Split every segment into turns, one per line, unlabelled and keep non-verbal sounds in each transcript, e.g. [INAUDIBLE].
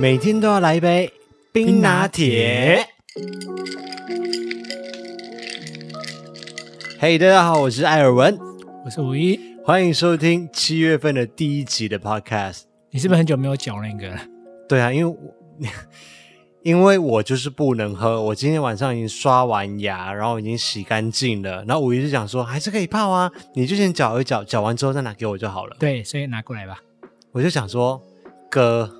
每天都要来一杯冰拿铁。嘿、大家好，我是艾尔文，
我是五一。
欢迎收听七月份的第一集的 Podcast。
你是不是很久没有嚼那个了？
对啊，因为我 [LAUGHS] 因为我就是不能喝，我今天晚上已经刷完牙，然后已经洗干净了，然后五一就讲说还是可以泡啊，你就先搅一搅，搅完之后再拿给我就好了。
对，所以拿过来吧。
我就想说，哥，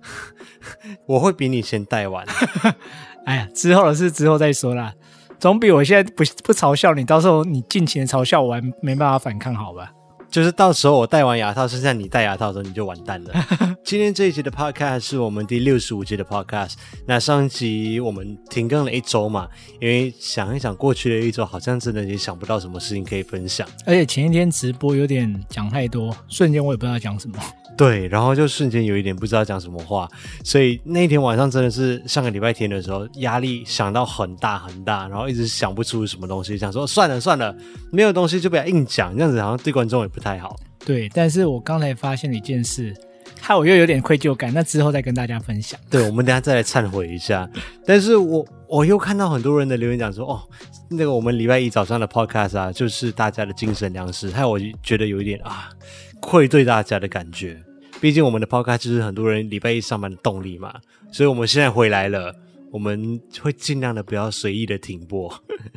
[LAUGHS] 我会比你先带完。
哎呀，之后的事之后再说啦，总比我现在不不嘲笑你，到时候你尽情的嘲笑我，还没办法反抗，好吧？
就是到时候我戴完牙套，剩下你戴牙套的时候，你就完蛋了。今天这一集的 podcast 是我们第六十五集的 podcast。那上一集我们停更了一周嘛，因为想一想过去的一周，好像真的也想不到什么事情可以分享。
而且前一天直播有点讲太多，瞬间我也不知道讲什么。 [LAUGHS]
对，然后就瞬间有一点不知道讲什么话，所以那天晚上真的是上个礼拜天的时候，压力想到很大很大，然后一直想不出什么东西，想说算了算了，没有东西就不要硬讲，这样子好像对观众也不太好。
对，但是我刚才发现了一件事，害我又有点愧疚感，那之后再跟大家分享。
[LAUGHS] 对，我们等一下再来忏悔一下。但是我我又看到很多人的留言讲说，哦，那个我们礼拜一早上的 podcast 啊，就是大家的精神粮食，害我觉得有一点啊愧对大家的感觉。毕竟我们的 podcast 就是很多人礼拜一上班的动力嘛，所以我们现在回来了，我们会尽量的不要随意的停播。 [LAUGHS]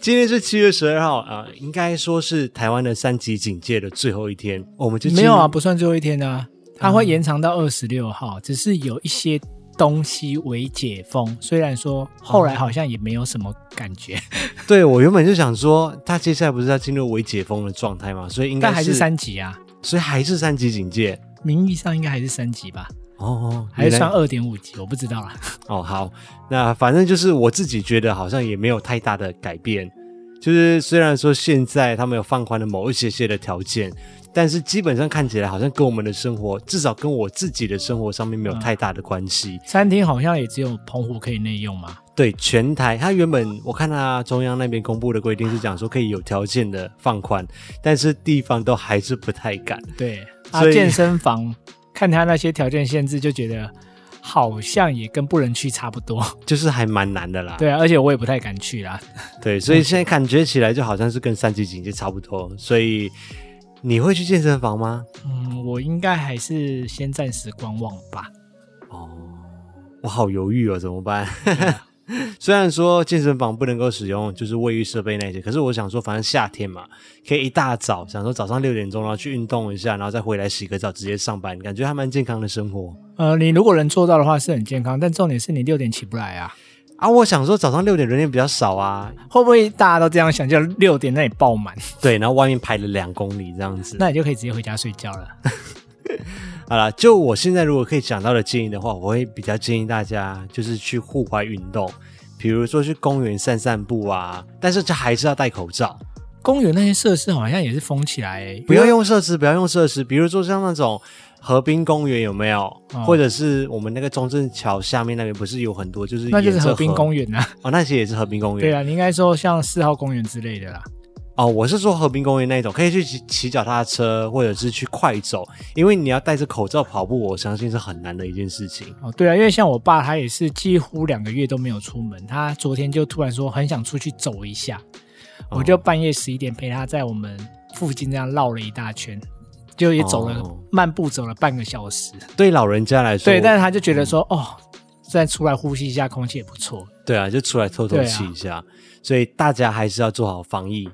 今天是七月十二号啊、呃应该说是台湾的三级警戒的最后一天，我们就
没
进
有啊，不算最后一天啊，它会延长到二十六号，只是有一些东西未解封，虽然说后来好像也没有什么感觉，
[LAUGHS] 对我原本就想说，他接下来不是要进入微解封的状态嘛，所以应该
但还是，三级啊。
所以还是三级警戒。
名义上应该还是三级吧，
哦哦，
还是
原来
算二点五级，我不知道啦。 [LAUGHS]
哦好，那反正就是我自己觉得好像也没有太大的改变，就是虽然说现在他们有放宽了某一些些的条件，但是基本上看起来好像跟我们的生活，至少跟我自己的生活上面
嗯
没有太大的关系。
餐厅好像也只有澎湖可以内用嘛，
对，全台它原本我看它中央那边公布的规定是讲说可以有条件的放宽，但是地方都还是不太敢。
对，
所
啊，
以
健身房 [LAUGHS] 看他那些条件限制，就觉得好像也跟不能去差不多。 [LAUGHS]
就是还蛮难的啦。
对啊，而且我也不太敢去啦。
对所以现在感觉起来就好像是跟三级警戒差不多。所以你会去健身房吗？
嗯，我应该还是先暂时观望吧。
哦，我好犹豫哦，怎么办？ [LAUGHS] 虽然说健身房不能够使用就是卫浴设备那些，可是我想说，反正夏天嘛，可以一大早想说早上六点钟，然后去运动一下，然后再回来洗个澡，直接上班，感觉还蛮健康的生活
呃，你如果能做到的话是很健康，但重点是你六点起不来啊。
啊。我想说早上六点人也比较少啊，
会不会大家都这样想，就六点那里爆满，
对，然后外面排了两公里这样子。
那你就可以直接回家睡觉了。
好啦，就我现在如果可以讲到的建议的话，我会比较建议大家就是去户外运动，比如说去公园散散步啊，但是这还是要戴口罩，
公园那些设施好像也是封起来、欸，
不要用设施，不要用设施，比如说像那种河滨公园有没有，
哦
或者是我们那个中正桥下面那边不是有很多就是
那就是
沿着
河滨公园啊。
哦，那些也是河滨公园
对啊，你应该说像四号公园之类的啦。
哦，我是说河滨公园那一种，可以去骑骑脚踏车，或者是去快走，因为你要戴着口罩跑步，我相信是很难的一件事情。
哦，对啊，因为像我爸他也是几乎两个月都没有出门，他昨天就突然说很想出去走一下，
哦
我就半夜十一点陪他在我们附近这样绕了一大圈，就也走了、
哦
漫步走了半个小时。
对老人家来说，
对，但是他就觉
嗯
得说，哦，再出来呼吸一下空气也不错。
对啊，就出来透透
对啊
气一下，所以大家还是要做好防疫。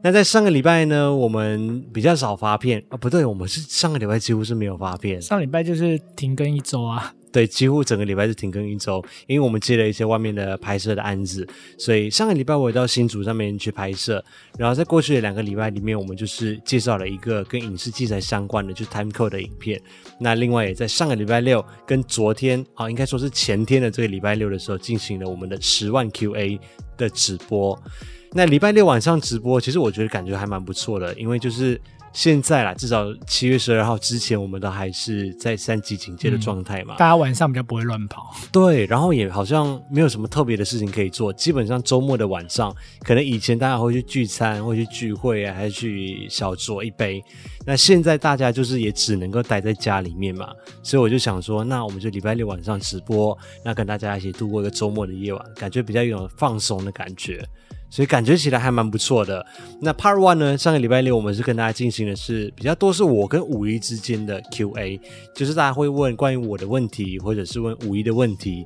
那在上个礼拜呢，我们比较少发片啊，不对，我们是上个礼拜几乎是没有发片，
上礼拜就是停更一周啊，
对，几乎整个礼拜是停更一周，因为我们接了一些外面的拍摄的案子，所以上个礼拜我也到新竹上面去拍摄，然后在过去的两个礼拜里面，我们就是介绍了一个跟影视器材相关的，就是 Time Code 的影片。那另外也在上个礼拜六跟昨天啊，应该说是前天的这个礼拜六的时候，进行了我们的十万 QA 的直播。那礼拜六晚上直播，其实我觉得感觉还蛮不错的，因为就是现在啦，至少七月十二号之前，我们都还是在三级警戒的状态嘛。
大家晚上比较不会乱跑。
对，然后也好像没有什么特别的事情可以做，基本上周末的晚上，可能以前大家会去聚餐，会去聚会啊，还是去小酌一杯。那现在大家就是也只能够待在家里面嘛，所以我就想说，那我们就礼拜六晚上直播，那跟大家一起度过一个周末的夜晚，感觉比较有种放松的感觉。所以感觉起来还蛮不错的。那 Part One 呢？上个礼拜六我们是跟大家进行的是比较多是我跟五一之间的 Q&A，就是大家会问关于我的问题，或者是问五一的问题，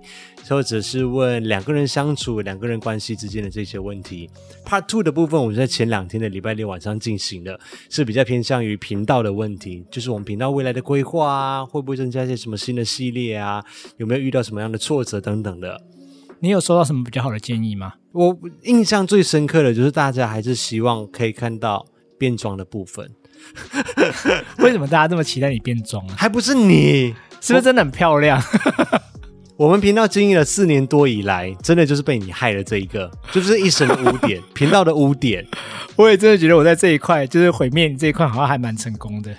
或者是问两个人相处、两个人关系之间的这些问题。Part Two 的部分，我们在前两天的礼拜六晚上进行的，是比较偏向于频道的问题，就是我们频道未来的规划啊，会不会增加一些什么新的系列啊，有没有遇到什么样的挫折等等的。
你有收到什么比较好的建议吗？
我印象最深刻的就是大家还是希望可以看到变装的部分，
为什么大家这么期待你变装啊？
还不是你。
是不是真的很漂亮？
我们频道经营了四年多以来，真的就是被你害了这一个，就是一生的污
[LAUGHS]
点，频道的污点。
我也真的觉得我在这一块，就是毁灭你这一块，好像还蛮成功的，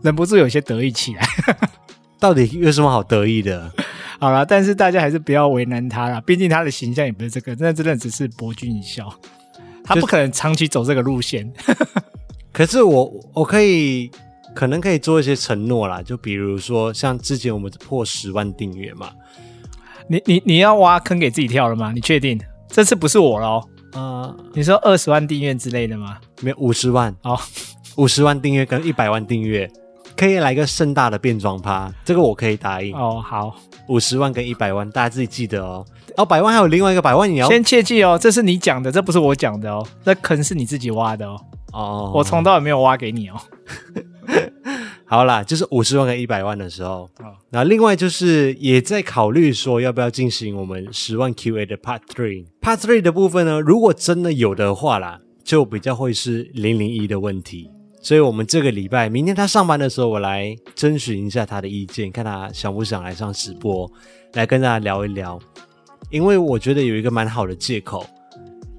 忍不住有些得意起来。 [LAUGHS]
到底有什么好得意的？
好了，但是大家还是不要为难他了，毕竟他的形象也不是这个，那真的只是博君一笑，他不可能长期走这个路线。
可是我我可以可能可以做一些承诺啦，就比如说像之前我们破十万订阅嘛，
你你你要挖坑给自己跳了吗？你确定这次不是我喽？
呃，
你说二十万订阅之类的吗？
没有五十万，
哦，
五十万订阅跟一百万订阅，可以来个盛大的变装趴，这个我可以答应。
哦，好，
五十万跟一百万，大家自己记得哦。然后百万还有另外一个百万，你要
先切记哦，这是你讲的，这不是我讲的哦，那坑是你自己挖的哦，
哦，
我从头也没有挖给你哦。
好啦，就是五十万跟一百万的时候
好，
那另外就是也在考虑说要不要进行我们十万 QA 的 Part Three。Part Three 的部分呢，如果真的有的话啦，就比较会是零零一的问题。所以我们这个礼拜，明天他上班的时候，我来征询一下他的意见，看他想不想来上直播，来跟大家聊一聊。因为我觉得有一个蛮好的借口，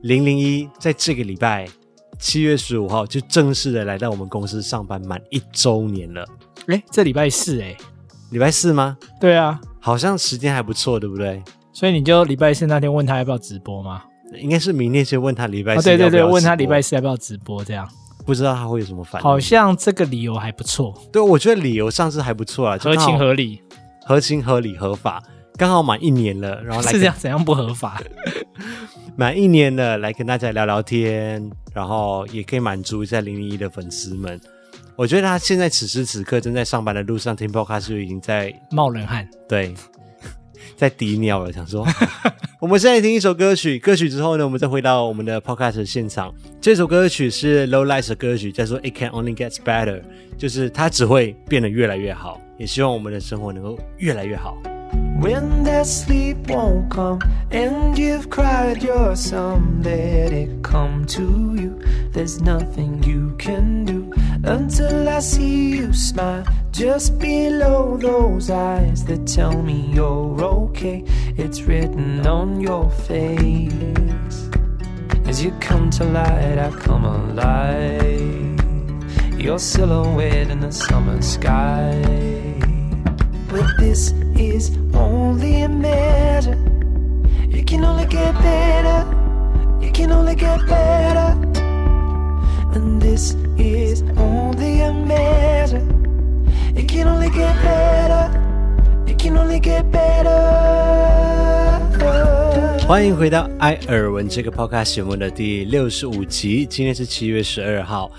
零零一在这个礼拜七月十五号就正式的来到我们公司上班满一周年了。
哎，这礼拜四哎，
礼拜四吗？
对啊，
好像时间还不错，对不对？
所以你就礼拜四那天问他要不要直播吗？
应该是明天先问他礼拜
啊，
四
对
要不要
对对，
直播
问他礼拜，四要不要直播这样，
不知道他会有什么反应。
好像这个理由还不错，
对，我觉得理由上次还不错啊啦，就
合
刚好
情合理。
合情合理合法，刚好满一年了，然后来
是这样，怎样不合法？
满一年了，来跟大家聊聊天，然后也可以满足一下零零一的粉丝们。我觉得他现在此时此刻正在上班的路上听 podcast 就已经在
冒冷汗。
对，在滴尿了，想说。 [LAUGHS] 我们现在听一首歌曲，歌曲之后呢，我们再回到我们的 podcast 的现场。这首歌曲是 Low Lights 的歌曲，叫做《It Can Only Get Better》，就是它只会变得越来越好。也希望我们的生活能够越来越好。
When that sleep won't come and you've cried your some, let it come to you. There's nothing you can do until I see you smile just below those eyes that tell me you're okay. It's written on your face. As you come to light, I come alive. Your silhouette in the summer sky. But this is only a matter. You can only get better. You can only get better. And this is only a matter. You can only get better. You can only get better.
欢迎回到埃尔文这个 podcast 节目的第六十五集，今天是七月十二号。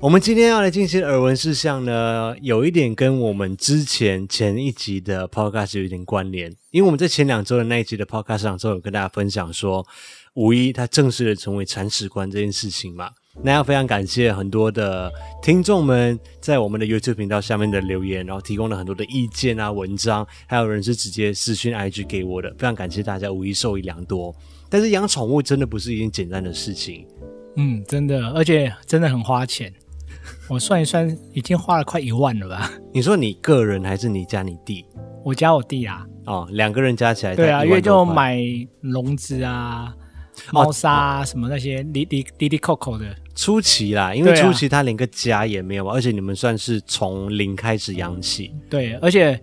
我们今天要来进行的耳闻事项呢，有一点跟我们之前前一集的 podcast 有一点关联，因为我们在前两周的那一集的 podcast 上周有跟大家分享说，五一他正式的成为铲屎官这件事情嘛。那要非常感谢很多的听众们在我们的 YouTube 频道下面的留言，然后提供了很多的意见啊、文章，还有人是直接私讯 IG 给我的，非常感谢大家，五一受益良多。但是养宠物真的不是一件简单的事情，
嗯，真的，而且真的很花钱。我算一算，已经花了快一万了吧？
你说你个人还是你加你弟
我家我弟啊，
哦，两个人加起来才
对
1
啊，
万
因为
多
就
块
买笼子啊、
哦
猫砂啊、什么那些滴滴滴滴扣扣的，
初期啦，因为
对啊
初期他连个家也没有嘛，而且你们算是从零开始养起。
对，而且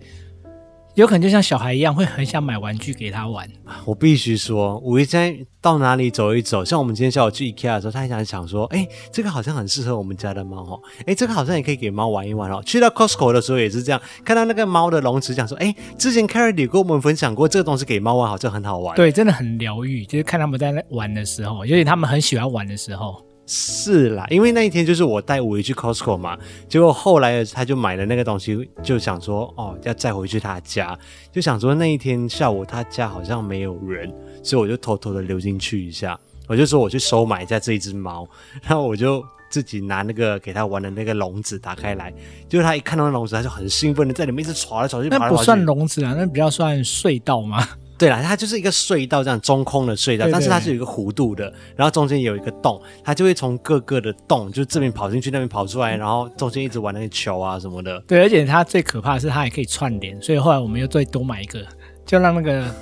有可能就像小孩一样，会很想买玩具给他玩。
啊我必须说，五一现在到哪里走一走，像我们今天下午去 IKEA 的时候，他还想想说，哎、这个好像很适合我们家的猫哦，哎、这个好像也可以给猫玩一玩哦。去到 Costco 的时候也是这样，看到那个猫的笼子，想说，哎、之前 Carrie 有跟我们分享过，这个东西给猫玩好像很好玩。，
对，真的很疗愈，就是看他们在那玩的时候，尤其他们很喜欢玩的时候。
是啦，因为那一天就是我带五一去 Costco 嘛，结果后来他就买了那个东西，就想说，哦，要再回去他家，就想说那一天下午他家好像没有人，所以我就偷偷的溜进去一下，我就说我去收买一下这一只猫，然后我就自己拿那个给他玩的那个笼子打开来，结果他一看到那笼子，他就很兴奋的在里面一直耍来耍去，爬来
那
爬
不
去
算笼子啊，那比较算隧道嘛。 [LAUGHS]
对啦，它就是一个隧道，这样中空的隧道，
对
但是它
对
是有一个弧度的，然后中间有一个洞，它就会从各个的洞，就这边跑进去，那边跑出来，
嗯
然后中间一直玩那个球啊什么的。
对，而且它最可怕的是它还可以串联，所以后来我们又再多买一个，就让那个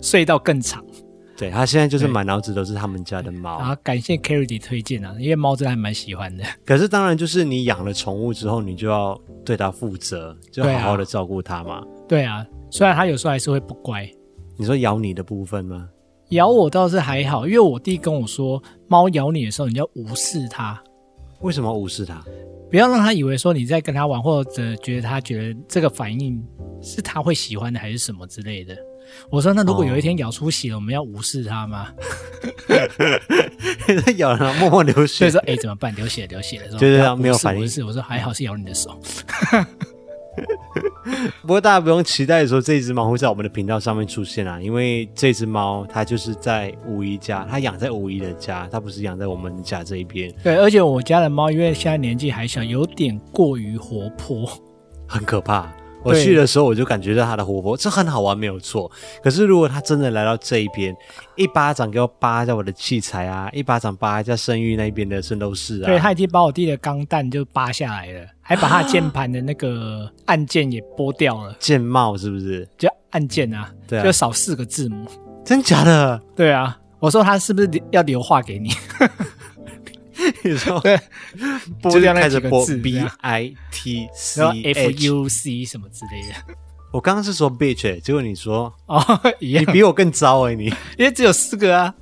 隧道更长。
对，它现在就是
对
满脑子都是他们家的猫
然。后感谢 c a r r y 推荐啊，因为猫真的还蛮喜欢的。 [LAUGHS]
可是当然，就是你养了宠物之后，你就要对它负责，就
对
好
啊
好的照顾它嘛。
对啊，虽然它有时候还是会不乖，
你说咬你的部分吗？
咬我倒是还好，因为我弟跟我说，猫咬你的时候你要无视它，
为什么无视它？ [LAUGHS]
不要让它以为说你在跟它玩，或者觉得它觉得这个反应是它会喜欢的还是什么之类的。我说那如果有一天咬出血，我们要无视
[LAUGHS]
它吗？
咬了默默流
所以
血。
说，哎、怎么办？流血，流血了，
对对
说
没有
无视
反应
无视我说还好是咬你的手，
不过大家不用期待说这只猫会在我们的频道上面出现啊，因为这只猫它就是在五一家，它养在五一的家，它不是养在我们家这一边，
对，而且我家的猫因为现在年纪还小，有点过于活泼，
很可怕。我
对
去的时候我就感觉到它的活泼，这很好玩没有错。可是如果它真的来到这一边，一巴掌给我扒在我的器材啊，一巴掌扒在生育那边的圣斗士啊，
对，它已经把我弟的钢蛋就扒下来了，还把他键盘的那个按键也剥掉了，
键帽是不是？
就按键啊，
对啊
就少四个字母。
真假的？ [LAUGHS]
对啊，我说他是不是要留话给你？
你说
对，
就
剥
是
掉那
开
几
始
个
播
字
B
这样
I T C
然后 F
H。
U C 什么之类的。
我刚刚是说 bitch，、欸、结果你说
哦，一样 [LAUGHS]
你，比我更糟哎、你。
因为只有四个啊。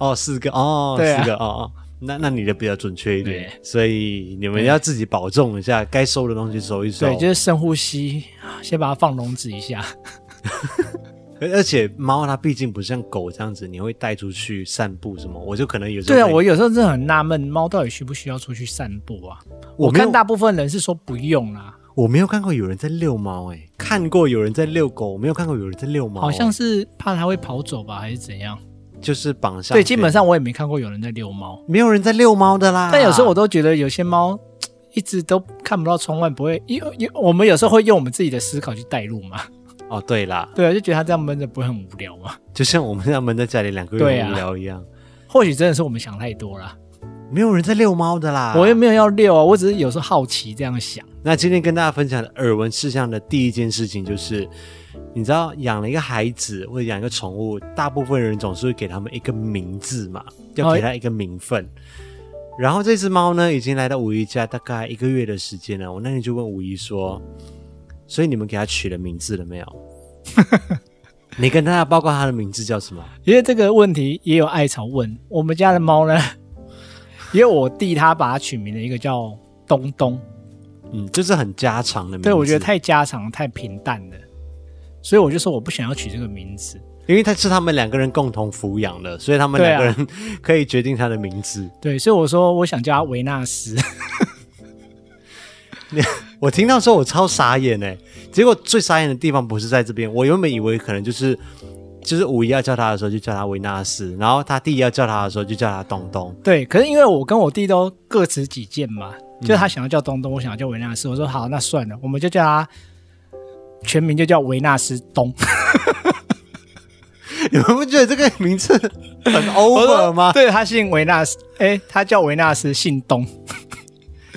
哦，四个哦，
对啊
四个哦哦，那那你的比较准确一点，
对
所以你们要自己保重一下，该收的东西收一收。
对，哦就是深呼吸，先把它放笼子一下。
而而且猫它毕竟不像狗这样子，你会带出去散步什么，我就可能有时候
对啊，
会
我有时候真的很纳闷，猫到底需不需要出去散步啊？
我
我
没有
看大部分人是说不用啦、
我没有看过有人在遛猫哎、看过有人在遛狗，我没有看过有人在遛猫欸、
嗯好像是怕它会跑走吧，还是怎样？
就是绑上
对，啊
绳，
基本上我也没看过有人在遛猫。
没有人在遛猫的啦。
但有时候我都觉得有些猫一直都看不到窗外，不会，因为因为我们有时候会用我们自己的思考去带入嘛。
哦，对啦，
对啊，就觉得它这样闷着不会很无聊嘛？
就像我们这样闷在家里两个
对
月
啊
无聊一样，
或许真的是我们想太多了。
没有人在遛猫的啦。
我也没有要遛啊，我只是有时候好奇这样想。
那今天跟大家分享的耳闻事项的第一件事情就是，你知道养了一个孩子或者养一个宠物，大部分人总是会给他们一个名字
哎
嘛，要给他一个名分。然后这只猫呢，已经来到五一家大概一个月的时间了。我那天就问五一说：“所以你们给它取了名字了没有？”
[LAUGHS]
你跟大家报告它的名字叫什么？
因为这个问题也有艾草问我们家的猫呢， [LAUGHS] 因为我弟他把它取名了一个叫东东，
嗯，就是很家常的名字。
对我觉得，太家常太平淡了，所以我就说我不想要取这个名字。
因为它是他们两个人共同抚养的，所以他们
对
两
啊
个人 [LAUGHS] 可以决定它的名字。
对，所以我说我想叫它维纳斯。 [LAUGHS]
我听到时候我超傻眼哎、结果最傻眼的地方不是在这边，我原本以为可能就是就是五一要叫他的时候就叫他维纳斯，然后他弟要叫他的时候就叫他东东， [LAUGHS]
对，可是因为我跟我弟都各持己见嘛，就是他想要叫东东，我想要叫维纳斯，我说好，那算了，我们就叫他全名就叫维纳斯东。
你们不觉得这个名字
[LAUGHS]
很 over 吗？
对他姓维纳斯，哎、他叫维纳斯，姓东。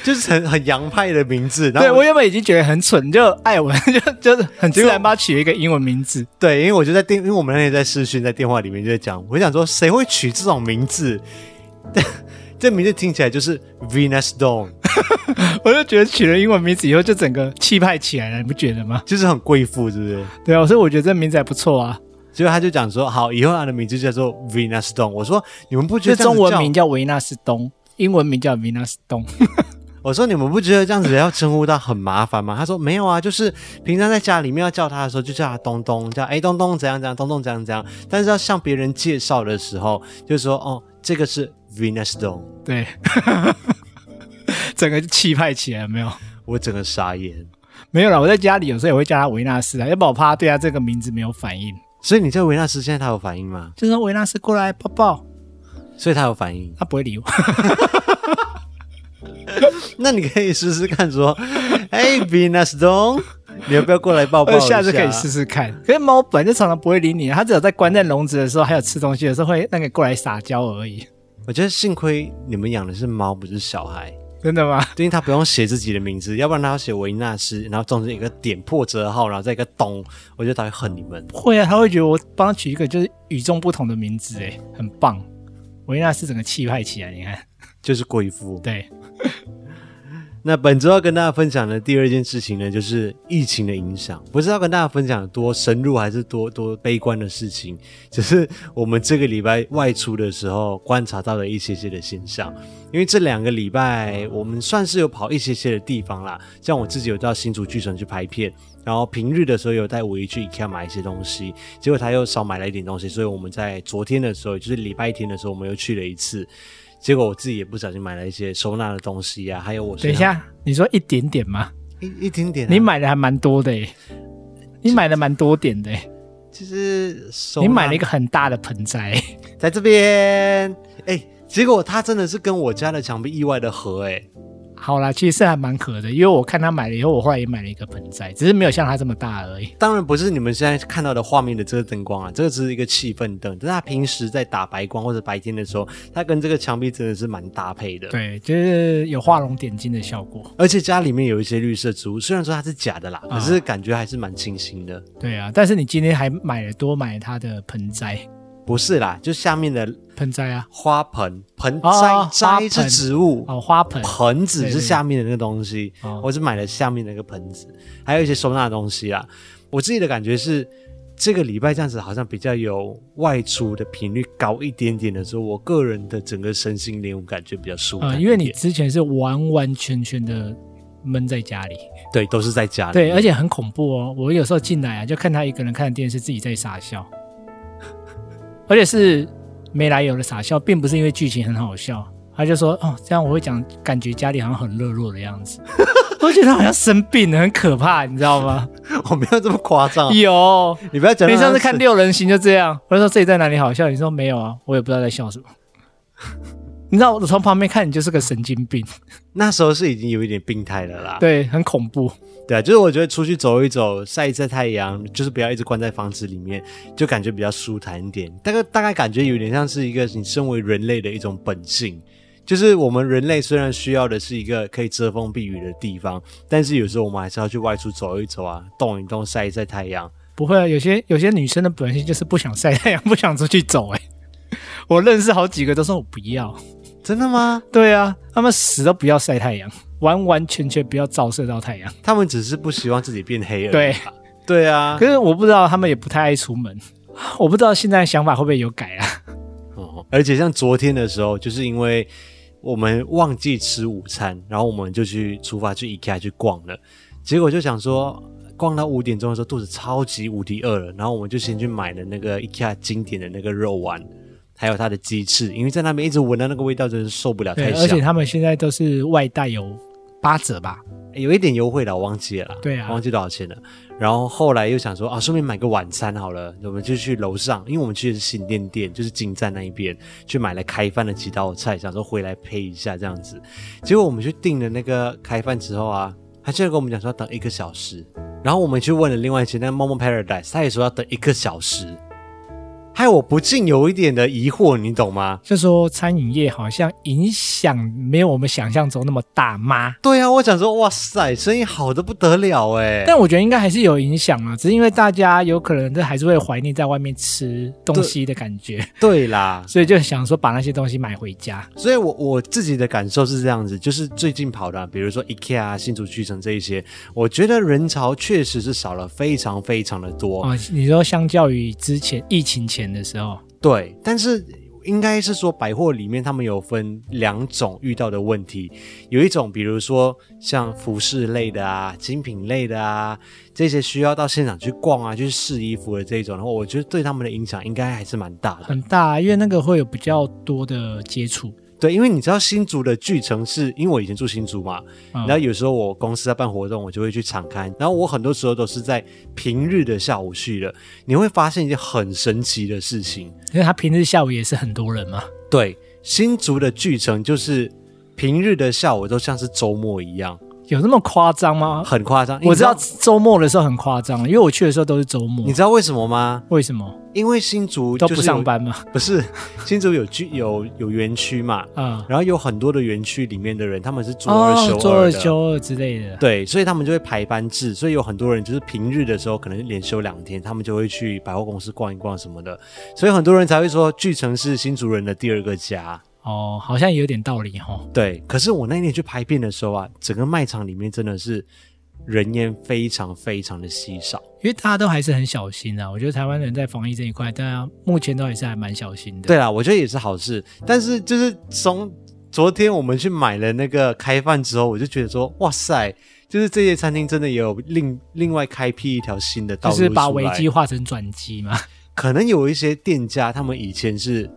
就是很很洋派的名字。然
对
后
我原本已经觉得很蠢，就艾文 [LAUGHS] 就就是很自然帮他取了一个英文名字。
对，因为我就在电，因为我们那天在视讯在电话里面就在讲，我想说谁会取这种名字？ [LAUGHS] 这名字听起来就是 Venus Dawn，
我就觉得取了英文名字以后就整个气派起来了，你不觉得吗？
就是很贵妇，是不是？
对啊，所以我觉得这名字还不错啊。
结果他就讲说，好，以后他的名字就叫做 Venus Dawn。我说你们不觉
这
得这样
中
子
文
叫
名叫维纳斯东，英文名叫维纳斯东。
我说你们不觉得这样子要称呼他很麻烦吗？他说没有啊，就是平常在家里面要叫他的时候，就叫他东东，叫哎东东怎样怎样，东东怎样怎样。但是要向别人介绍的时候，就说哦，这个是 Venus Stone，
对， [LAUGHS] 整个就气派起来，有没有？
我整个傻眼。
没有啦，我在家里有时候也会叫他维纳斯啊，要不然我怕他对他这个名字没有反应。
所以你在维纳斯现在他有反应吗？
就说维纳斯过来抱抱，
所以他有反应。
他不会理我。
那你可以试试看说，哎 Venus Stone，你要不要过来抱抱一
呃下次可以试试看。可是猫本来就常常不会理你，它只有在关在笼子的时候，还有吃东西的时候会那个过来撒娇而已。 [LAUGHS]
我觉得幸亏你们养的是猫，不是小孩。
真的吗？
因为他不用写自己的名字，要不然他要写维纳斯，然后中间有一个点破折号，然后再一个咚，我觉得他会恨你们。
会啊，它会觉得我帮它取一个就是与众不同的名字，哎，很棒。维纳斯整个气派起来，你看，
就是贵妇。
对，
那本周要跟大家分享的第二件事情呢，就是疫情的影响。不是要跟大家分享多深入还是多多悲观的事情，只是我们这个礼拜外出的时候观察到的一些些的现象。因为这两个礼拜我们算是有跑一些些的地方啦，像我自己有到新竹剧城去拍片，然后平日的时候有带五一去 IKEA 买一些东西，结果他又少买了一点东西，所以我们在昨天的时候，也就是礼拜天的时候，我们又去了一次。结果我自己也不小心买了一些收纳的东西啊，还有我身
等一
上
下，你说一点点吗？
一一点点啊、
你买的还蛮多的，哎，你买的蛮多点的，哎，
其实手拿
你买了一个很大的盆栽，哎 [LAUGHS]
在这边，哎、结果它真的是跟我家的墙壁意外的合、哎，
好啦，其实是还蛮合的，因为我看他买了以后，我后来也买了一个盆栽，只是没有像他这么大而已。
当然不是你们现在看到的画面的这个灯光啊，这个只是一个气氛灯，但是它平时在打白光或者白天的时候，它跟这个墙壁真的是蛮搭配的。
对，就是有画龙点睛的效果。
而且家里面有一些绿色植物，虽然说它是假的啦，
啊
可是感觉还是蛮清新的。
对啊，但是你今天还买了多买它的盆栽，
不是啦，就下面的
盆栽啊，
花盆盆栽、
哦花
栽
盆
是植物，
哦，花盆，
盆子
对
是
对
下面的那个东西
哦，
我只买了下面那个盆子，还有一些收纳的东西啊。我自己的感觉是，这个礼拜这样子好像比较有外出的频率高一点点的时候，我个人的整个身心灵我感觉比较舒服、
呃，因为你之前是完完全全的闷在家里，
对都是在家里，
对，而
且
且很恐怖哦。我有时候进来啊，就看他一个人看电视，自己在傻笑，而且是没来由的傻笑，并不是因为剧情很好笑。他就说：“哦，这样我会讲，感觉家里好像很热络的样
[LAUGHS]
子。”我觉得他好像生病了，很可怕，你知道吗？
[LAUGHS] 我没有这么夸张，
有，
你不要讲。
你上次看《六人行》就这样，我就说这里在哪里好笑，你说没有啊，我也不知道在笑什么。 [LAUGHS] 你知道我从旁边看你就是个神经病，
那时候是已经有一点病态了啦。
对，很恐怖。
对啊，就是我觉得出去走一走，晒一晒太阳，就是不要一直关在房子里面，就感觉比较舒坦一点。大概大概感觉有点像是一个你身为人类的一种本性，就是我们人类虽然需要的是一个可以遮风避雨的地方，但是有时候我们还是要去外出走一走啊，动一动，晒一晒太阳。
不会啊，有些有些女生的本性就是不想晒太阳，不 [LAUGHS] 想出去走、欸。哎，我认识好几个都说我不要。
真的吗？
对啊，他们死都不要晒太阳，完完全全不要照射到太阳。
他们只是不希望自己变黑而已。
对，
对啊
可，是我不知道他们也不太爱出门，我不知道现在想法会不会有改啊？
哦，而且像昨天的时候，就是因为我们忘记吃午餐，然后我们就去出发去 IKEA 去逛了，结果就想说。逛到五点钟的时候，肚子超级无敌饿了，然后我们就先去买了那个 IKEA 经典的那个肉丸，还有它的鸡翅，因为在那边一直闻到那个味道，真是受不了，太
对，而
香
且。他们现在都是外带有八折吧？
有一点优惠了，我忘记了啦，
对啊
忘记多少钱了。然后后来又想说啊，顺便买个晚餐好了，我们就去楼上，因为我们去的是新店店，就是金站那一边，去买了开饭的几道菜，想说回来配一下这样子。结果我们去订了那个开饭之后啊，他居然跟我们讲说要等一个小时，然后我们去问了另外一间那个 Momo Paradise，他也说要等一个小时。害我不禁有一点的疑惑，你懂吗？
就说餐饮业好像影响没有我们想象中那么大吗？
对啊，我想说，哇塞，生意好的不得了哎。
但我觉得应该还是有影响啊，只是因为大家有可能都还是会怀念在外面吃东西的感觉，
对啦，
所以就想说把那些东西买回家。
所以我我自己的感受是这样子，就是最近跑的啊、比如说 IKEA 啊、新竹巨城这一些，我觉得人潮确实是少了非常非常的多。
哦，你说相较于之前疫情前的时候，
对，但是应该是说百货里面他们有分两种遇到的问题，有一种比如说像服饰类的啊、精品类的啊这些需要到现场去逛啊、去试衣服的这一种，然后我觉得对他们的影响应该还是蛮大的。
很大，因为那个会有比较多的接触。
对，因为你知道新竹的巨城是因为我以前住新竹嘛，
嗯
然后有时候我公司在办活动，我就会去场刊，然后我很多时候都是在平日的下午去的，你会发现一件很神奇的事情。
因为他平日下午也是很多人嘛。
对，新竹的巨城就是平日的下午都像是周末一样，
有那么夸张吗？
很夸张。
哦我知道
你
周末的时候很夸张，因为我去的时候都是周末
你。知道为什么吗？
为什么
因为新竹
都
就
不
是有
上，班嘛？
不是新竹有居有有园区嘛，
啊、
然后有很多的园区里面的人他们
[LAUGHS]
是周二
哦
休，
周
二
二
的。
休二之类的。
对，所以他们就会排班制，所以有很多人就是平日的时候可能连休两天，他们就会去百货公司逛一逛什么的，所以很多人才会说巨城是新竹人的第二个家。
哦，好像有点道理哦。
对，可是我那天去拍片的时候啊，整个卖场里面真的是人烟非常非常的稀少。
因为大家都还是很小心啊。我觉得台湾人在防疫这一块，大家目前都还是还蛮小心的。
对啦，我觉得也是好事，但是就是从昨天我们去买了那个开饭之后，我就觉得说，哇塞，就是这些餐厅真的也有另另外开辟一条新的道
就
路
是把
出
危
来
机化成转机嘛。 [LAUGHS]
可能有一些店家他们以前是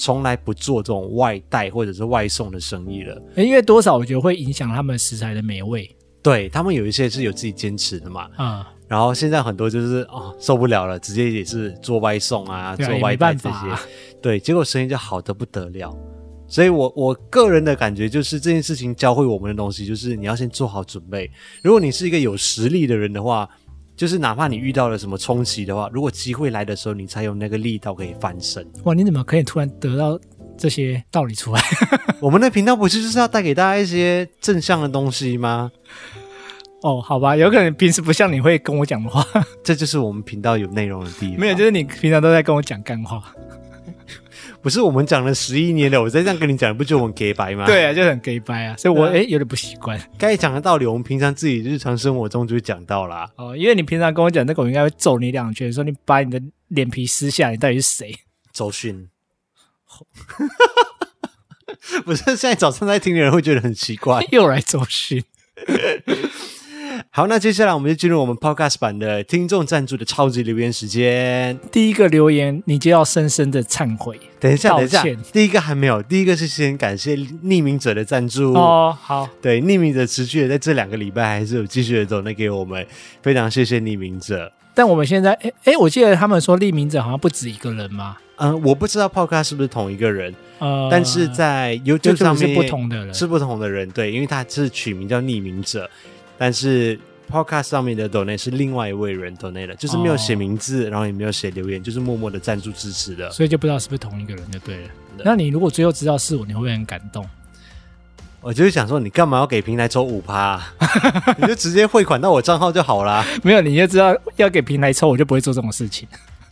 从来不做这种外带或者是外送的生意了。
因为多少我觉得会影响他们食材的美味
对他们有一些是有自己坚持的嘛，
啊、
然后现在很多就是哦受不了了，直接也是做外送啊，
对啊
做
也
外带
没办
这
法
些，
啊
对，结果生意就好的不得了。所以我我个人的感觉就是这件事情教会我们的东西，就是你要先做好准备。如果你是一个有实力的人的话，就是哪怕你遇到了什么冲击的话，如果机会来的时候，你才有那个力道可以翻身。
哇，你怎么可以突然得到这些道理出来？
我们的频道不是就是要带给大家一些正向的东西吗？
[LAUGHS] 哦，好吧，有可能平时不像你会跟我讲的话，
这就是我们频道有内容的地方。
[LAUGHS] 没有，就是你平常都在跟我讲干话。
不是我们讲了十一年了，我再这样跟你讲，你不觉得我们给白吗？
[LAUGHS] 对啊，就很 gay 掰啊，所以我
对
诶有点不习惯
该讲的道理，我们平常自己日常生活中就会讲到啦。
哦，因为你平常跟我讲那个，我应该会揍你两拳，说你把你的脸皮撕下来，你到底是谁？
周迅， [LAUGHS] 不是现在早上在听的人会觉得很奇
[LAUGHS]
怪。
又来周迅，
好，那接下来我们就进入我们 Podcast 版的听众赞助的超级留言时间。
第一个留言你就要深深的忏悔
等一下，等一下
道歉，
第一个还没有，第一个是先感谢匿名者的赞助。
哦。好，
对，匿名者持续的在这两个礼拜还是有继续的抖内给我们，非常谢谢匿名者。
但我们现在诶诶，我记得他们说匿名者好像不止一个人嘛，
嗯，我不知道 Podcast 是不是同一个人，
呃，
但是在 YouTube
就是
上
是
面
不同的人，
是不同的人，对，因为他是取名叫匿名者，但是 Podcast 上面的 Donate 是另外一位人 Donate 的，就是没有写名字，然后也没有写留言，就是默默的赞助支持
[LAUGHS]
的。
所以就不知道是不是同一个人就对了。
对
那你如果最后知道是我，你会不会很感动？ [LAUGHS]
我就是想说，你干嘛要给平台抽五趴、 [LAUGHS] 你就直接汇款到我账号就好啦。
没有，你就知道要给平台抽，我就不会做这种事情。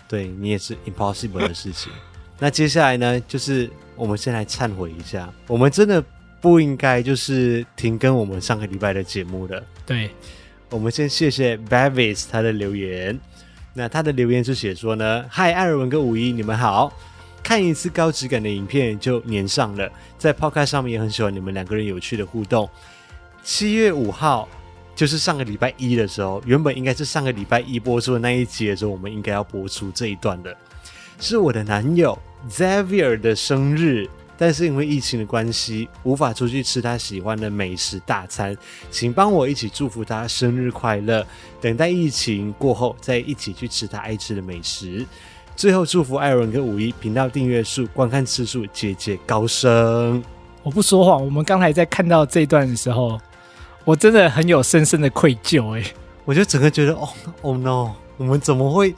对你也是 impossible 的事情。 [LAUGHS] 那接下来呢，就是我们先来忏悔一下，我们真的不应该就是停更我们上个礼拜的节目的。
对，
我们先谢谢 Bavis 他的留言。那他的留言是写说呢：“嗨，艾尔文跟五一，你们好。看一次高质感的影片就粘上了，在 Podcast 上面也很喜欢你们两个人有趣的互动。七月五号，就是上个礼拜一的时候，原本应该是上个礼拜一播出的那一集的时候，我们应该要播出这一段的，是我的男友 Xavier 的生日。”但是因为疫情的关系，无法出去吃他喜欢的美食大餐，请帮我一起祝福他生日快乐。等待疫情过后，再一起去吃他爱吃的美食。最后祝福艾伦跟五一频道订阅数、观看次数节节高升。
我不说谎。我们刚才在看到这一段的时候，我真的很有深深的愧疚、欸。
oh, 我就整个觉得，哦，哦 no，我们怎么会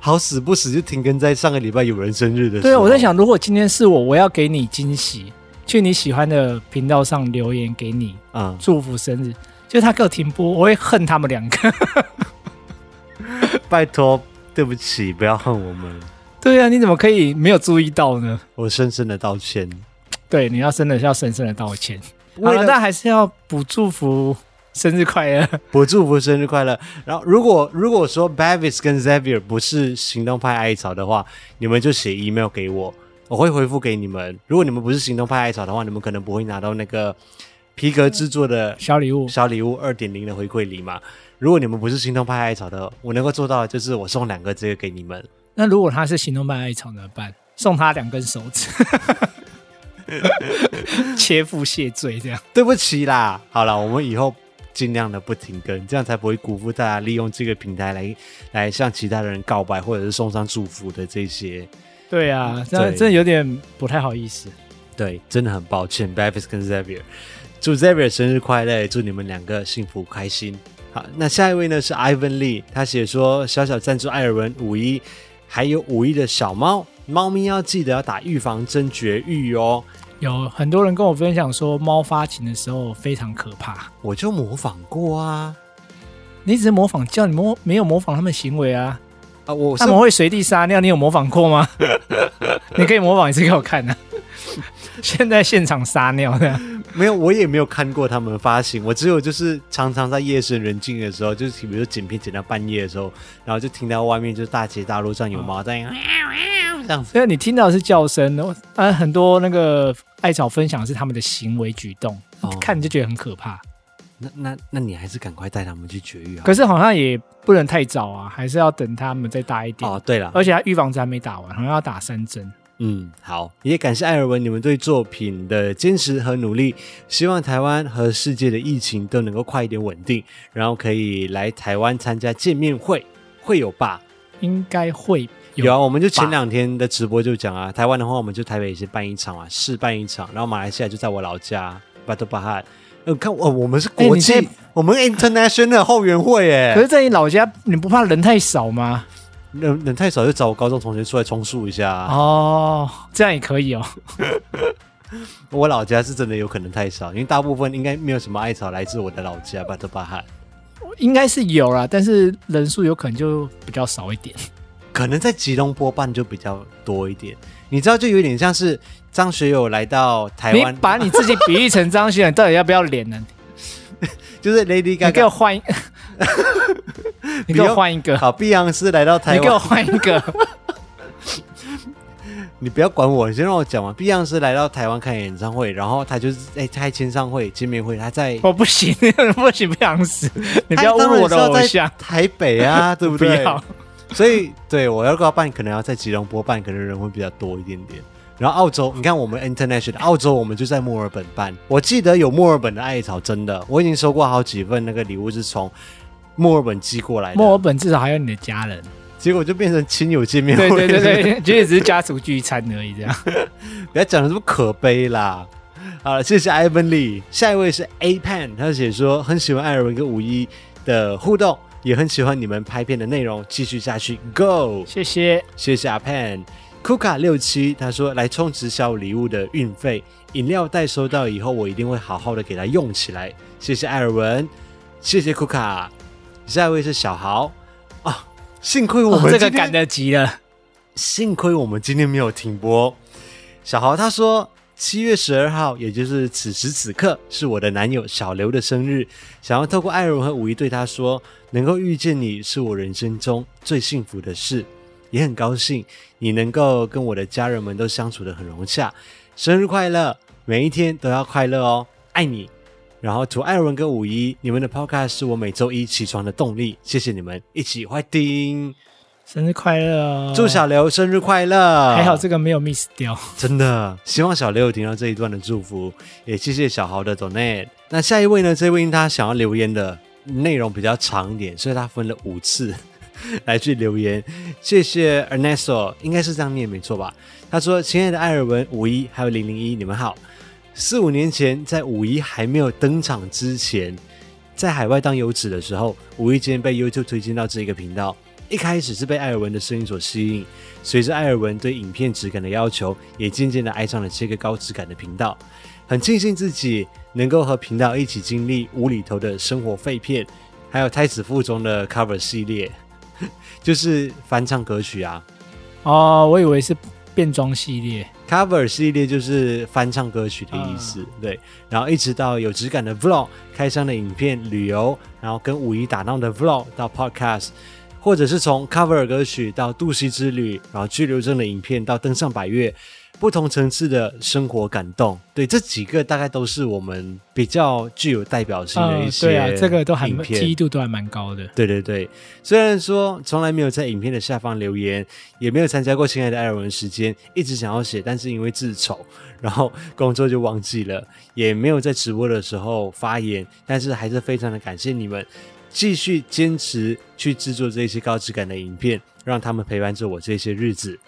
好死不死就停更在上个礼拜有人生日的时候。
对啊，我在想，如果今天是我，我要给你惊喜，去你喜欢的频道上留言给你
啊、
祝福生日，就他给我停播，我会恨他们两个。 [LAUGHS]
拜托，对不起，不要恨我们，
对啊，你怎么可以没有注意到呢？
我深深的道歉。
对，你要真的是要深深的道歉。好
为
了，
了
但还是要补祝福生日快乐。
我祝福生日快乐。然后，如果如果说 Bavis 跟 Xavier 不是行动派艾草的话，你们就写 email 给我，我会回复给你们。如果你们不是行动派艾草的话，你们可能不会拿到那个皮革制作的
小
[LAUGHS]
礼物，
小礼物二点零的回馈礼嘛。如果你们不是行动派艾草的，我能够做到的就是我送两个这个给你们。
那如果他是行动派爱草怎么办？送他两根手
[LAUGHS]
指，切腹谢罪这样。
对不起啦，好了，我们以后尽量的不停更，这样才不会辜负大家利用这个平台来来向其他人告白或者是送上祝福的这些。
对啊，这样
嗯对
真的有点不太好意思。
对，真的很抱歉 b a v i s 跟 Xavier。祝 Xavier 生日快乐，也祝你们两个幸福开心。好，那下一位呢是 Ivan Lee，他写说小小赞助艾尔文五一，还有五一的小猫，猫咪要记得要打预防针绝育哦。
有很多人跟我分享说，猫发情的时候非常可怕。
我就模仿过啊
你只是模仿叫你模没有模仿他们行为啊，
啊，我是
他们会随地撒尿，你有模仿
[LAUGHS]
过吗？你可以模仿一次给我看啊！现在现场撒尿的，
没有，我也没有看过他们发行，我只有就是常常在夜深人静的时候，就是比如说剪片剪到半夜的时候，然后就听到外面就是大街大路上有猫在喵喵这样子。
所以你听到的是叫声，然后啊，很多那个艾草分享的是他们的行为举动，
哦
看你就觉得很可怕。
那那那你还是赶快带他们去绝育啊！
可是好像也不能太早啊，还是要等他们再大一点。
哦，对了，
而且他预防针还没打完，好像要打三针。
嗯，好，也感谢艾尔文你们对作品的坚持和努力，希望台湾和世界的疫情都能够快一点稳定，然后可以来台湾参加见面会，会有吧？
应该会有
啊，我们就前
吧
两天的直播就讲啊，台湾的话，我们就台北是办一场嘛，试办一场，然后马来西亚就在我老家巴都巴哈。呃，看我、我们是
哎
国
你
际，
在
我们 international 后援会哎，
可是，在你老家，你不怕人太少吗？
人人太少，就找我高中同学出来充数一下啊、
哦，这样也可以哦。
我老家是真的有可能太少，因为大部分应该没有什么艾草来自我的老家巴特巴汉，
应该是有啦，但是人数有可能就比较少一点。
可能在吉隆坡办就比较多一点。你知道，就有点像是张学友来到台
你
湾，
把你自己比喻成张学友，你到底要不要脸呢？
就是 Lady
你给
Gaga
我换一， [LAUGHS] 你给我换一个，
好，碧昂斯来到
你
台
给我
湾，
换
[LAUGHS]
一个。
你不要管我，你先让我讲完。碧昂斯来到台湾看演唱会，然后他就是哎开签唱会、见面会，他在
我不行， [LAUGHS] 不行，不想死！你不要
他哎当然
侮辱我的
是要
偶
在
像，
台北
[LAUGHS]
啊，对不
不
对？
要。
所以对我要要办，可能要在吉隆坡办，可能人会比较多一点点。然后澳洲，你看我们 international 澳洲，我们就在墨尔本办。我记得有墨尔本的艾草，真的，我已经收过好几份那个礼物是从墨尔本寄过来
墨尔
的，
本至少还有你的家人，
结果就变成亲友见面会。
对对对，
[LAUGHS]
对， [LAUGHS] 其实只是家族聚餐而已，这样。
不要讲的这么可悲啦。好了，谢谢 Ivan Lee。下一位是 A Pan，他写说很喜欢艾尔文跟五一的互动，也很喜欢你们拍片的内容，继续下去，Go！
谢谢。
谢谢阿 Pan。Kuka 六七他说来充值小礼物的运费，饮料袋收到以后，我一定会好好的给它用起来。谢谢艾尔文，谢谢 Kuka。下一位是小豪啊，幸亏我
哦
们
这
今
个
天、
赶得及了。
幸亏我们今天没有停播。小豪他说，七月十二号，也就是此时此刻，是我的男友小刘的生日，想要透过艾伦和五一对他说，能够遇见你是我人生中最幸福的事，也很高兴你能够跟我的家人们都相处的很融洽，生日快乐，每一天都要快乐哦，爱你。然后，图艾伦跟五一，你们的 podcast 是我每周一起床的动力，谢谢你们，一起欢迎。
生日快乐哦！
祝小刘生日快乐！
还好这个没有 miss 掉。
真的，希望小刘有听到这一段的祝福，也谢谢小豪的 donate。那下一位呢？这位因为他想要留言的内容比较长一点，所以他分了五次 [LAUGHS] 来去留言。谢谢 Ernesto，应该是这样念没错吧？他说：“亲爱的艾尔文、五一还有零零一，你们好。四五年前，在五一还没有登场之前，在海外当游子的时候，无意间被 YouTube 推荐到这个频道。一开始是被艾尔文的声音所吸引，随着艾尔文对影片质感的要求，也渐渐的爱上了这个高质感的频道。很庆幸自己能够和频道一起经历无厘头的生活废片，还有胎死腹中的 cover 系列， [LAUGHS] 就是翻唱歌曲啊。
哦，我以为是变装系列，
cover 系列就是翻唱歌曲的意
啊
思，对。然后一直到有质感的 vlog、开箱的影片、旅游，然后跟五一打闹的 vlog 到 podcast，或者是从 cover 歌曲到杜西之旅，然后拘留证的影片到登上百越，不同层次的生活感动。对，这几个大概都是我们比较具有代表性的
嗯
一，些、
对啊，这个都还
影
蛮
片
记忆度都还蛮高的。
对对对，虽然说从来没有在影片的下方留言，也没有参加过《亲爱的艾尔文》时间，一直想要写，但是因为自丑，然后工作就忘记了，也没有在直播的时候发言，但是还是非常的感谢你们继续坚持去制作这些高质感的影片，让他们陪伴着我这些日子。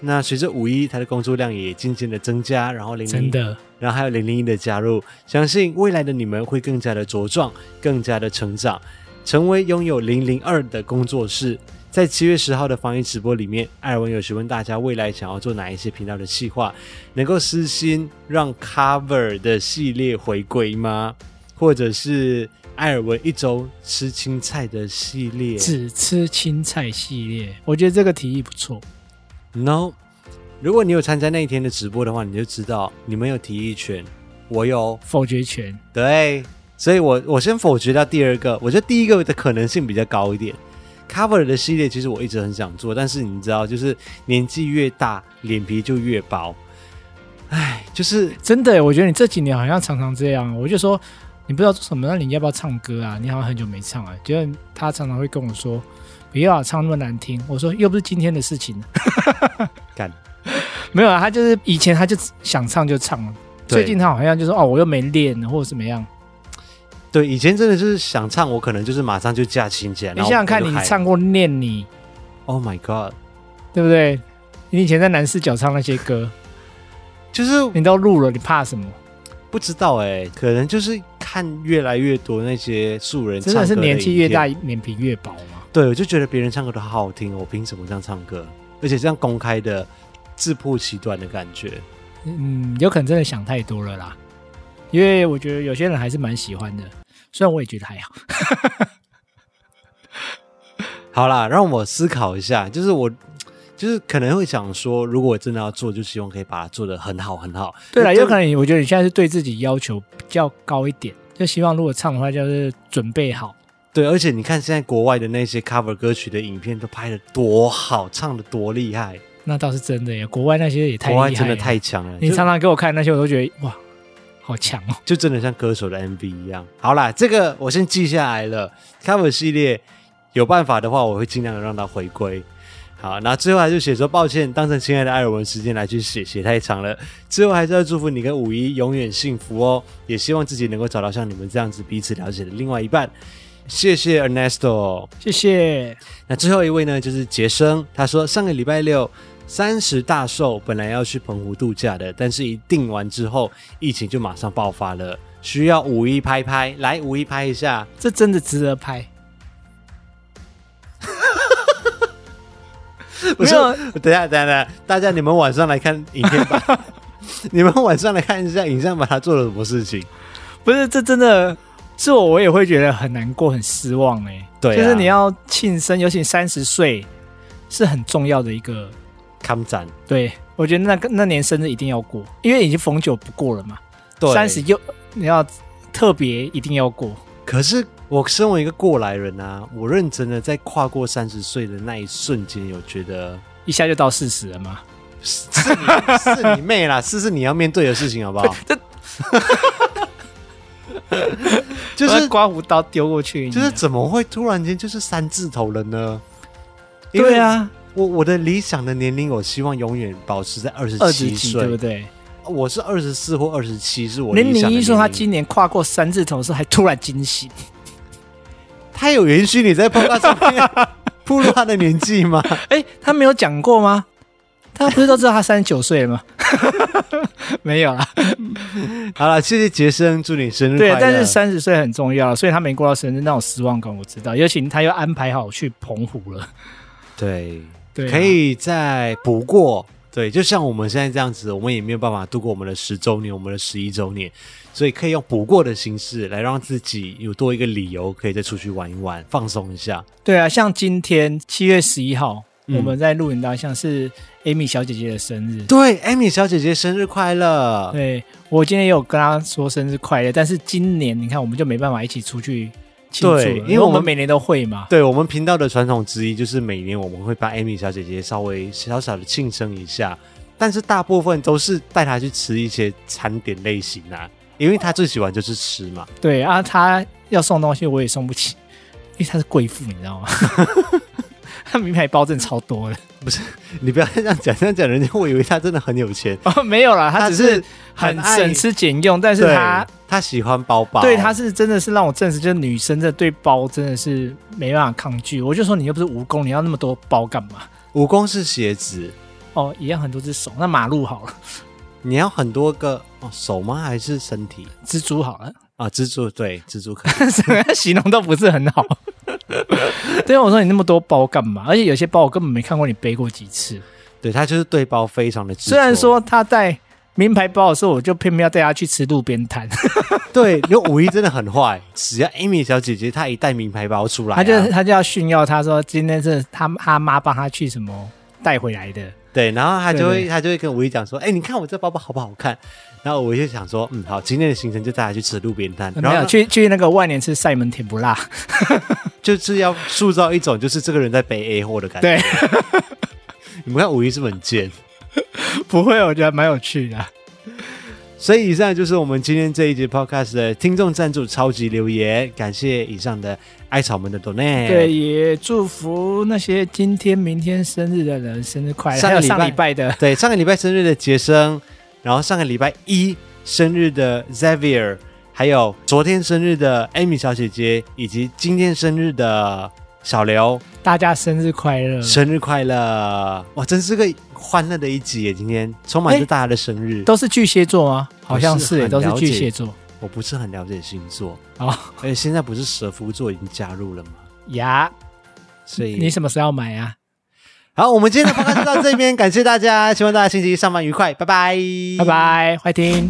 那随着五一他的工作量也渐渐的增加，然后零零
真的，
然后还有零零一的加入，相信未来的你们会更加的茁壮，更加的成长，成为拥有零零二的工作室。在七月十号的防疫直播里面，艾尔文有询问大家未来想要做哪一些频道的企划，能够私心让 Cover 的系列回归吗？或者是艾尔文一周吃青菜的系列？
只吃青菜系列，我觉得这个提议不错。
No，如果你有参加那一天的直播的话，你就知道你们有提议权，我有
否决权，
对，所以我我先否决掉第二个，我觉得第一个的可能性比较高一点。Cover 的系列其实我一直很想做，但是你知道，就是年纪越大，脸皮就越薄。唉，就是
真的耶，我觉得你这几年好像常常这样。我就说你不知道做什么，那你要不要唱歌啊？你好像很久没唱啊。结果他常常会跟我说不要、啊、唱那么难听。我说又不是今天的事情，
干
[LAUGHS] 没有啊。他就是以前他就想唱就唱了，
对
最近他好像就说哦我又没练或者怎么样。
对，以前真的就是想唱，我可能就是马上就架琴起来。
你想想看，你唱过《念你》，
，Oh my God，
对不对？你以前在南视角唱那些歌，
就是
你都录了，你怕什么？
不知道哎、可能就是看越来越多那些素人唱
真
歌
的是年纪越
影片
大，脸皮越薄嘛。
对，我就觉得别人唱歌都好好听，我凭什么这样唱歌？而且这样公开的自曝其短的感觉。
嗯，有可能真的想太多了啦，因为我觉得有些人还是蛮喜欢的，虽然我也觉得还好。
好啦，让我思考一下，就是我。就是可能会想说，如果我真的要做，就希望可以把它做得很好很好。
对啦，
就
有可能我觉得你现在是对自己要求比较高一点，就希望如果唱的话，就是准备好。
对，而且你看现在国外的那些 cover 歌曲的影片都拍的多好，唱的多厉害，
那倒是真的耶，国外那些也太
国
厉害
外真
了，
的太强了。
你
就
常常给我看那些，我都觉得哇，好强哦。
就真的像歌手的 MV 一样。好啦，这个我先记下来了。cover 系列有办法的话，我会尽量让它回归。好，那最后还是写说抱歉，当成亲爱的艾尔文时间来去写，写太长了。最后还是要祝福你跟五一永远幸福哦，也希望自己能够找到像你们这样子彼此了解的另外一半。谢谢 Ernesto。
谢谢，
那最后一位呢，就是杰生，他说上个礼拜六三十大寿，本来要去澎湖度假的，但是一定完之后，疫情就马上爆发了，需要五一拍拍，来五一拍一
[LAUGHS]
下。
这真的值得拍。
不是
没有，
等一下等一下，等一下，大家你们晚上来看影片吧， [LAUGHS] 你们晚上来看一下影像，把他做了什么事情？
不是，这真的是我，我也会觉得很难过、很失望哎、
对啊
就是你要庆生，尤其三十岁是很重要的一个。
看展，
对，我觉得那个那年生日一定要过，因为已经逢九不过了嘛。
对，
三十又你要特别一定要过。
可是我身为一个过来人啊，我认真的在跨过三十岁的那一瞬间，有觉得
一下就到四十了嘛，
是是你是你妹啦，是是你要面对的事情，好
[LAUGHS]
不好？ [LAUGHS] 就
就是
是
刮胡刀丢过去，
就是怎么会突然间就是三字头了呢？因为
对，啊，
我我的理想的年龄，我希望永远保持在二十
二十
七
几对不
岁。
对？
我是二十四或二十七，是我
连
理想的
你一
年
说他
龄。
今年跨过三字头的时候，还突然惊喜，
他有允许你在碰到上
[LAUGHS]
[LAUGHS] 面步入他的年纪吗？
哎，他没有讲过吗？他不是都知道他三十九岁了吗？ [LAUGHS] 没有啦，
好了，谢谢杰森，祝你生日快
对
乐。，
但是三十岁
[LAUGHS]
很重要，所以他没过到生日那种失望感我知道，尤其他又安排好去澎湖了，
对，
对啊
可以在不过，对，就像我们现在这样子，我们也没有办法度过我们的十周年，我们的十一周年，所以可以用补过的形式来让自己有多一个理由，可以再出去玩一玩，放松一下。
对啊，像今天七月十一号，
嗯
我们在录影到像是 Amy 小姐姐的生日。
对，Amy 小姐姐生日快乐！
对我今天也有跟她说生日快乐，但是今年你看我们就没办法一起出去庆祝了，
对因为
因为我
我
们
们
每年都会嘛。
对我们频道的传统之一，就是每年我们会帮 Amy 小姐姐稍微小小的庆生一下，但是大部分都是带她去吃一些餐点类型啊，因为她最喜欢就是吃嘛。
对啊，她要送东西我也送不起， [LAUGHS] 因为她是贵妇，你知道吗？ [LAUGHS] 她名牌包真的超多的
你不要这样讲，这样讲人家会以为她真的很有钱，
哦， [LAUGHS] 没有啦，她只是
很
很
爱
省吃俭用，但是
对
她
她喜欢包包，
对，她是真的是让我证实，就是女生这对包真的是没办法抗拒。我就说你又不是蜈蚣，你要那么多包干嘛？
武功是鞋子，
哦，一样很多只手，那马路好了，
你要很多个哦，手吗？还是身体
蜘蛛好了， [LAUGHS]
啊？蜘蛛对，蜘蛛可以 [LAUGHS]
什么形容都不是很好。 [LAUGHS] 对啊，我说你那么多包干嘛？而且有些包我根本没看过你背过几次。
对，她就是对包非常的执着。
虽然说他带名牌包的时候，我就偏偏要带他去吃路边
哎
摊，
对，因为五一真的很坏， [LAUGHS] 只要 Amy 小姐姐她一带名牌包出来、啊，
他就他就要炫耀，他说今天是他他妈帮他去什么带回来的。
对，然后他就
对
会
对
他就会跟五一讲说，哎、你看我这包包好不好看？然后我就想说，嗯，好，今天的行程就带他去吃路边摊，
没
然后
有
呢
去去那个万年吃塞门甜不辣，
[LAUGHS] 就是要塑造一种就是这个人在背 A 货的感觉。
对，
你们看五一是不是很贱，
不会，我觉得蛮有趣的。
所以以上就是我们今天这一集 podcast 的听众赞助超级留言，感谢以上的艾草们的 donate。
对，，也祝福那些今天、明天生日的人生日快乐，
上
还有
个礼
上
拜
礼拜的 [LAUGHS]
对，上个礼拜生日的杰生，然后上个礼拜一生日的 Xavier，还有昨天生日的 Amy 小姐姐，以及今天生日的小刘，
大家生日快乐！
生日快乐！哇，真是个欢乐的一集耶！今天充满着大家的生日，
都是巨蟹座吗？好像
不是
是，
很
都是
了解
巨蟹座。
我不是很了解星座，
哦
而且现在不是蛇夫座已经加入了吗？
呀，
所以
你什么时候要买啊？
好，我们今天的 p o 就到这边，感谢大家，希望大家星期一上班愉快，拜拜，
拜。拜，快听。